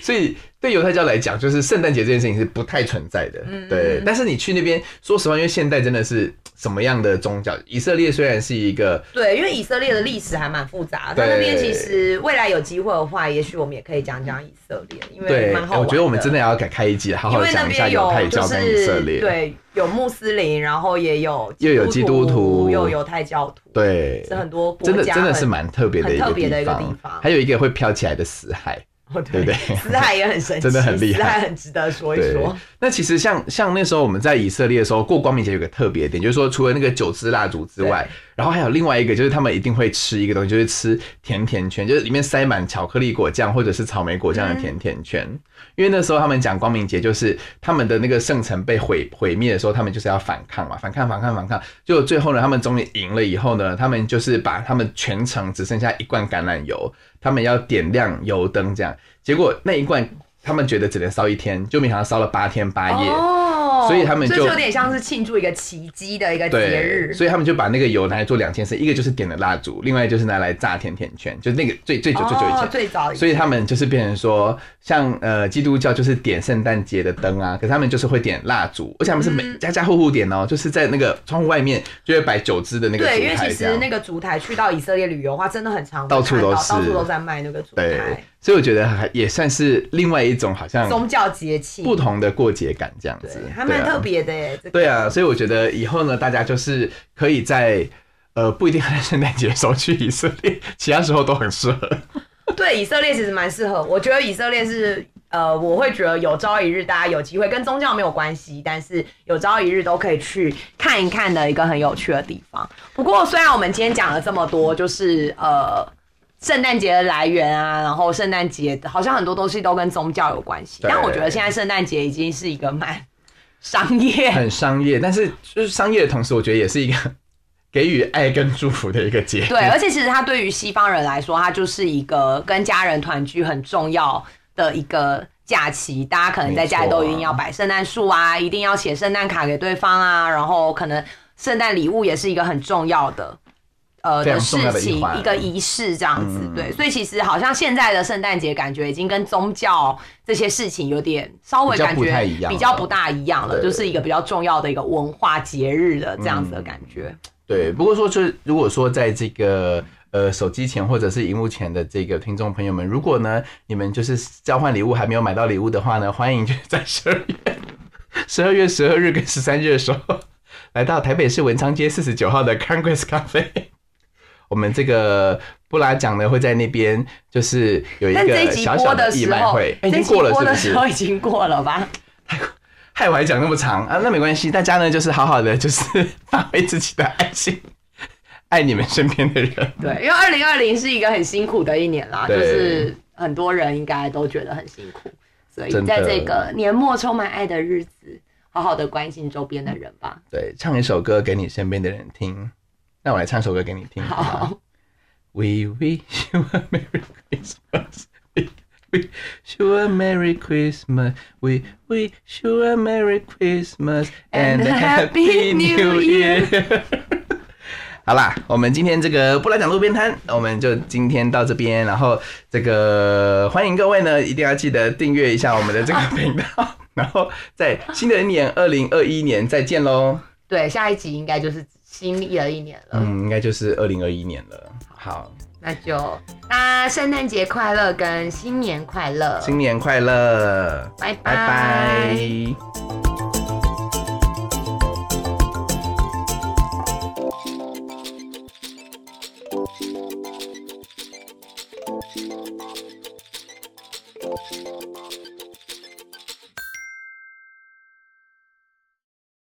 [SPEAKER 1] 所以对犹太教来讲，就是圣诞节这件事情是不太存在的。
[SPEAKER 2] 嗯
[SPEAKER 1] 对，但是你去那边，说实话，因为现代真的是什么样的宗教，以色列虽然是一个
[SPEAKER 2] 对，因为以色列的历史还蛮复杂，
[SPEAKER 1] 对
[SPEAKER 2] 在那边其实未来有机会的话，也许我们也可以讲讲以色列，因为
[SPEAKER 1] 对，哎
[SPEAKER 2] 蛮好玩
[SPEAKER 1] 我觉得我们真的
[SPEAKER 2] 的。
[SPEAKER 1] 要改开一集，好
[SPEAKER 2] 因
[SPEAKER 1] 好
[SPEAKER 2] 为那
[SPEAKER 1] 讲一下
[SPEAKER 2] 边
[SPEAKER 1] 犹太
[SPEAKER 2] 有
[SPEAKER 1] 教
[SPEAKER 2] 就
[SPEAKER 1] 跟以色
[SPEAKER 2] 是
[SPEAKER 1] 列。
[SPEAKER 2] 对，有穆斯林，然后也有
[SPEAKER 1] 又有基督徒
[SPEAKER 2] 又有犹太教徒，，
[SPEAKER 1] 对
[SPEAKER 2] 是很多国
[SPEAKER 1] 真的
[SPEAKER 2] 家
[SPEAKER 1] 真的
[SPEAKER 2] 很
[SPEAKER 1] 是蛮特别的一
[SPEAKER 2] 很
[SPEAKER 1] 个
[SPEAKER 2] 特别的
[SPEAKER 1] 地
[SPEAKER 2] 一个地
[SPEAKER 1] 方，
[SPEAKER 2] 方
[SPEAKER 1] 还有一个会飘起来的死海。
[SPEAKER 2] 哦
[SPEAKER 1] 对对
[SPEAKER 2] 死海也
[SPEAKER 1] [LAUGHS]
[SPEAKER 2] 很神奇，
[SPEAKER 1] 真的很厉害
[SPEAKER 2] 死海很值得说一
[SPEAKER 1] 对
[SPEAKER 2] 说。，
[SPEAKER 1] 那其实像像那时候我们在以色列的时候过光明节有个特别点，就是说除了那个九支蜡烛之外，然后还有另外一个就是他们一定会吃一个东西，就是吃甜甜圈，就是里面塞满巧克力果酱或者是草莓果酱的甜甜圈。因为那时候他们讲光明节，就是他们的那个圣城被毁毁灭的时候，他们就是要反抗嘛，反抗反抗反抗。就最后呢，他们终于赢了以后呢，他们就是把他们全城只剩下一罐橄榄油，他们要点亮油灯这样。结果那一罐他们觉得只能烧一天，就没想到烧了八天八夜。
[SPEAKER 2] 哦
[SPEAKER 1] 所以他们就
[SPEAKER 2] 这有点像是庆祝一个奇迹的一个节
[SPEAKER 1] 对，
[SPEAKER 2] 日。
[SPEAKER 1] 所以他们就把那个油拿来做两件事，一个就是点了蜡烛，另外就是拿来炸甜甜圈，就是那个最最久最久以前。
[SPEAKER 2] 哦，最早以前，
[SPEAKER 1] 所以他们就是变成说，像呃基督教就是点圣诞节的灯啊，可是他们就是会点蜡烛，而且他
[SPEAKER 2] 嗯
[SPEAKER 1] 们是每家家户户点哦，就是在那个窗户外面就会摆九支的那个
[SPEAKER 2] 对，因为
[SPEAKER 1] 烛台
[SPEAKER 2] 其
[SPEAKER 1] 这
[SPEAKER 2] 实
[SPEAKER 1] 样。
[SPEAKER 2] 那个烛台去到以色列旅游的话，真的很常会
[SPEAKER 1] 到处
[SPEAKER 2] 看
[SPEAKER 1] 都
[SPEAKER 2] 到
[SPEAKER 1] 是
[SPEAKER 2] 到处都在卖那个烛
[SPEAKER 1] 对
[SPEAKER 2] 台，，
[SPEAKER 1] 所以我觉得还也算是另外一种好像
[SPEAKER 2] 宗教节气，
[SPEAKER 1] 不同的过节感这样
[SPEAKER 2] 对
[SPEAKER 1] 子，，
[SPEAKER 2] 还
[SPEAKER 1] 对
[SPEAKER 2] 蛮
[SPEAKER 1] 啊
[SPEAKER 2] 特别的耶。这个
[SPEAKER 1] 对啊，所以我觉得以后呢，大家就是可以在呃不一定要在圣诞节的时候去以色列，其他时候都很适合。
[SPEAKER 2] [LAUGHS] 对，以色列其实蛮适合，我觉得以色列是。呃，我会觉得有朝一日大家有机会跟宗教没有关系，但是有朝一日都可以去看一看的一个很有趣的地方。不过，虽然我们今天讲了这么多，就是呃，圣诞节的来源啊，然后圣诞节好像很多东西都跟宗教有关系，
[SPEAKER 1] 对
[SPEAKER 2] 但我觉得现在圣诞节已经是一个蛮商业
[SPEAKER 1] 很商业，但是就是商业的同时，我觉得也是一个 [LAUGHS] 给予爱跟祝福的一个节日。
[SPEAKER 2] 对，而且其实它对于西方人来说，它就是一个跟家人团聚很重要的一个假期。大家可能在家里都一定要摆圣诞树啊，一定要写圣诞卡给对方啊，然后可能圣诞礼物也是一个很重要的。呃
[SPEAKER 1] 非常
[SPEAKER 2] 的事
[SPEAKER 1] 重要的一
[SPEAKER 2] 情，
[SPEAKER 1] 环嗯
[SPEAKER 2] 一个仪式这样子，对，所以其实好像现在的圣诞节感觉已经跟宗教这些事情有点稍微
[SPEAKER 1] 比较
[SPEAKER 2] 感
[SPEAKER 1] 不
[SPEAKER 2] 觉
[SPEAKER 1] 太一样
[SPEAKER 2] 比较
[SPEAKER 1] 了
[SPEAKER 2] 不大一样了，
[SPEAKER 1] 对嗯
[SPEAKER 2] 就是一个比较重要的一个文化节日的这样子的感觉。
[SPEAKER 1] 对，不过说就是如果说在这个呃手机前或者是荧幕前的这个听众朋友们，如果呢你们就是交换礼物还没有买到礼物的话呢，欢迎就是在十二月十二月十二日跟十三日的时候，来到台北市文昌街四十九号的 Congress 咖啡。 [LAUGHS] 我们这个布拉奖呢会在那边，就是有一
[SPEAKER 2] 但这一
[SPEAKER 1] 个
[SPEAKER 2] 集
[SPEAKER 1] 小小
[SPEAKER 2] 播的
[SPEAKER 1] 义
[SPEAKER 2] 时
[SPEAKER 1] 卖
[SPEAKER 2] 候，
[SPEAKER 1] 会，哎已
[SPEAKER 2] 这一
[SPEAKER 1] 经
[SPEAKER 2] 集
[SPEAKER 1] 过了
[SPEAKER 2] 播
[SPEAKER 1] 是
[SPEAKER 2] 的
[SPEAKER 1] 不是嗯
[SPEAKER 2] 时？候已经过了吧？
[SPEAKER 1] 害我还讲那么长啊，那没关系，大家呢就是好好的，就是发挥自己的爱心，爱你们身边的人。
[SPEAKER 2] 对，因为二零二零是一个很辛苦的一年啦，就
[SPEAKER 1] 对
[SPEAKER 2] 是很多人应该都觉得很辛苦，所以
[SPEAKER 1] 真的
[SPEAKER 2] 在这个年末充满爱的日子，好好的关心周边的人吧。
[SPEAKER 1] 对，唱一首歌给你身边的人听。那我来唱首歌给你听。
[SPEAKER 2] 好，
[SPEAKER 1] 不 We wish you a merry Christmas. We wish you a merry Christmas. We wish you a merry Christmas and a happy New Year. [LAUGHS] 好啦，我们今天这个不来讲路边摊，我们就今天到这边。然后这个欢迎各位呢，一定要记得订阅一下我们的这个频道。 [LAUGHS] 然后在新的一年二零二一年再见喽。
[SPEAKER 2] 对，下一集应该就是新历的一年了，
[SPEAKER 1] 嗯，应该就是二零二一年了。好，
[SPEAKER 2] 那就大家圣诞节快乐跟新年快乐，
[SPEAKER 1] 新年快乐，
[SPEAKER 2] 拜
[SPEAKER 1] 拜拜。
[SPEAKER 3] Thank you.